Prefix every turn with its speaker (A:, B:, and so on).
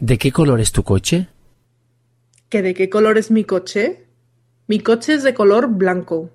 A: ¿De qué color es tu coche?
B: ¿Que de qué color es mi coche? Mi coche es de color blanco.